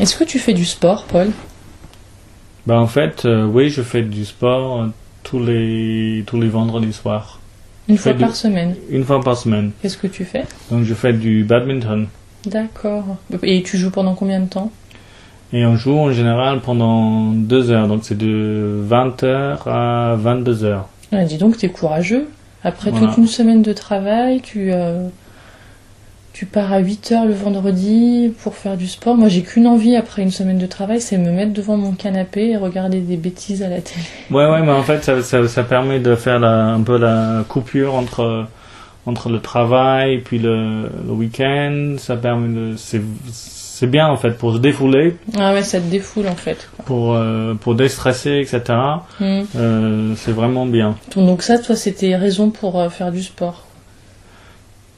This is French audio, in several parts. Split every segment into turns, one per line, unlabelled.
Est-ce que tu fais du sport, Paul
Bah en fait, euh, oui, je fais du sport euh, tous les tous les vendredis soirs,
Une fois
du-
par semaine.
une fois par semaine.
Qu'est-ce que tu fais
Donc je fais du badminton
D'accord. Et tu joues pendant combien de temps
et on joue en général pendant deux heures. Donc c'est de 20h à 22h.
Ah, Dis donc, t'es courageux. Après
Voilà.
toute une semaine de travail, tu, euh, tu pars à 8h le vendredi pour faire du sport. Moi, j'ai qu'une envie après une semaine de travail, c'est me mettre devant mon canapé et regarder des bêtises à la télé.
Ouais, ouais, mais en fait, ça, ça, ça permet de faire la- un peu la coupure entre, entre le travail et puis le, le week-end. Ça permet de. C'est c'est bien, en fait, pour se défouler,
Ah ouais, ça te défoule en fait. quoi.
pour, euh, pour déstresser, etc.
Hmm.
Euh, c'est vraiment bien.
Donc ça, toi, c'était raison pour euh, faire du sport.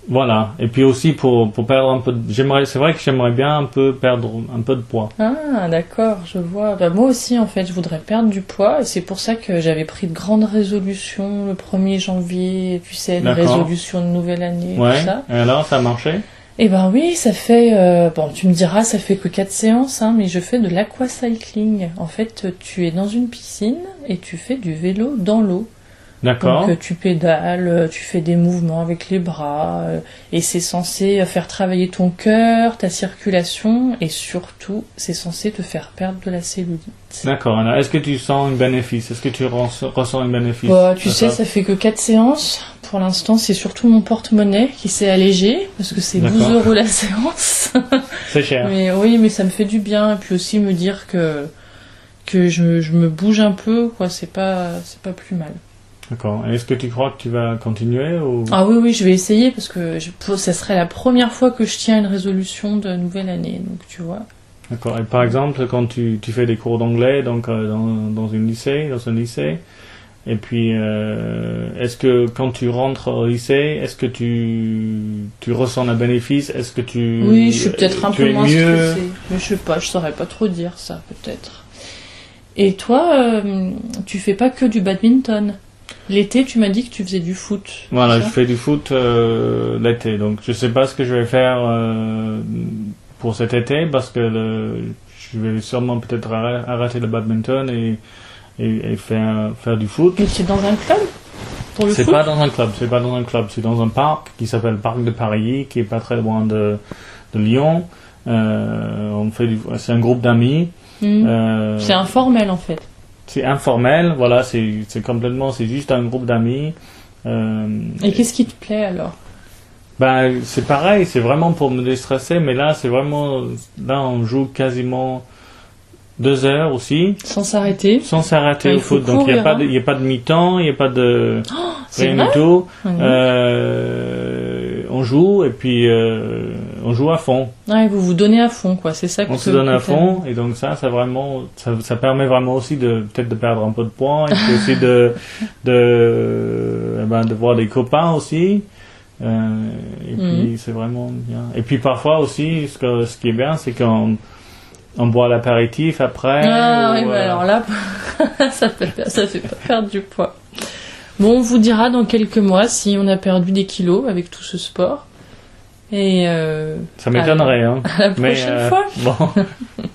Voilà. Et puis aussi pour, pour perdre un peu de. J'aimerais, c'est vrai que j'aimerais bien un peu perdre un peu de poids.
Ah, d'accord, je vois. Bah, moi aussi, en fait, je voudrais perdre du poids. et C'est pour ça que j'avais pris de grandes résolutions le 1er janvier, tu sais, les
D'accord.
résolutions de nouvelle année,
Ouais.
tout ça.
Et alors, ça a marché
Eh ben oui, ça fait... euh, bon, tu me diras, ça fait que quatre séances, hein, mais je fais de l'aquacycling. En fait, tu es dans une piscine et tu fais du vélo dans l'eau.
D'accord.
Donc euh, tu pédales, euh, tu fais des mouvements avec les bras, euh, et c'est censé euh, faire travailler ton cœur, ta circulation, et surtout, c'est censé te faire perdre de la cellulite.
D'accord. Alors, est-ce que tu sens un bénéfice Est-ce que tu ren- ressens un bénéfice
Bah, tu sais,
D'accord.
ça fait que quatre séances. Pour l'instant, c'est surtout mon porte-monnaie qui s'est allégé, parce que c'est 12
D'accord.
euros la séance.
C'est cher.
mais oui, mais ça me fait du bien, et puis aussi me dire que que je, je me bouge un peu, quoi, c'est pas, c'est pas plus mal.
D'accord. Et Est-ce que tu crois que tu vas continuer ou...
Ah oui, oui, je vais essayer parce que je, pour- ça serait la première fois que je tiens une résolution de nouvelle année, donc tu vois.
D'accord. Et par exemple, quand tu, tu fais des cours d'anglais, donc euh, dans, dans une lycée, dans un lycée, et puis euh, est-ce que quand tu rentres au lycée, est-ce que tu, tu ressens un bénéfice Est-ce que tu
oui, je suis peut-être un
Hmm, tu
peu
es
moins
mieux
stressée. Mais je sais pas, je saurais pas trop dire ça, peut-être. Et toi, euh, tu fais pas que du badminton. L'été, tu m'as dit que tu faisais du foot. c'est
Voilà,
ça
je fais du foot euh, l'été, donc je sais pas ce que je vais faire euh, pour cet été parce que le- je vais sûrement peut-être arrê- arrêter le badminton et, et, et faire faire du foot.
Mais tu es dans un club pour le
C'est
foot
pas dans un club, c'est pas dans un club, c'est dans un parc qui s'appelle Parc de Paris, qui est pas très loin de, de Lyon. Euh, on fait, du- c'est un groupe d'amis.
Hmm.
Euh,
C'est informel en fait.
c'est informel, voilà, c'est c'est complètement, c'est juste un groupe d'amis. Euh,
Et qu'est-ce qui te plaît alors
ben, c'est pareil, c'est vraiment pour me déstresser, mais là, c'est vraiment, là, on joue quasiment deux heures aussi,
Sans s'arrêter
sans s'arrêter
Ah, il
au
faut
foot. Donc, il n'y a,
courir,
pas
hein. Ah,
de- il y a pas de mi-temps, il n'y a pas de
C'est Mhm.
rien
mal
du tout. Euh, on joue et puis euh, on joue à fond.
Ouais, vous vous donnez à fond quoi, c'est ça que
On se
que
donne à
t'aimes.
fond et donc ça, ça vraiment, ça, ça permet vraiment aussi de peut-être de perdre un peu de poids et puis aussi de de eh ben, de voir des copains aussi. Euh,
Mm.
et puis c'est vraiment bien. Et puis parfois aussi, ce que ce qui est bien, c'est qu'on on boit l'apéritif après.
Ah
ou,
oui, bah
euh,
alors là, ça fait, ça fait pas perdre du poids. Bon, on vous dira dans quelques mois si on a perdu des kilos avec tout ce sport. Et euh,
ça m'étonnerait. Hein.
à la prochaine
euh,
fois.
Bon,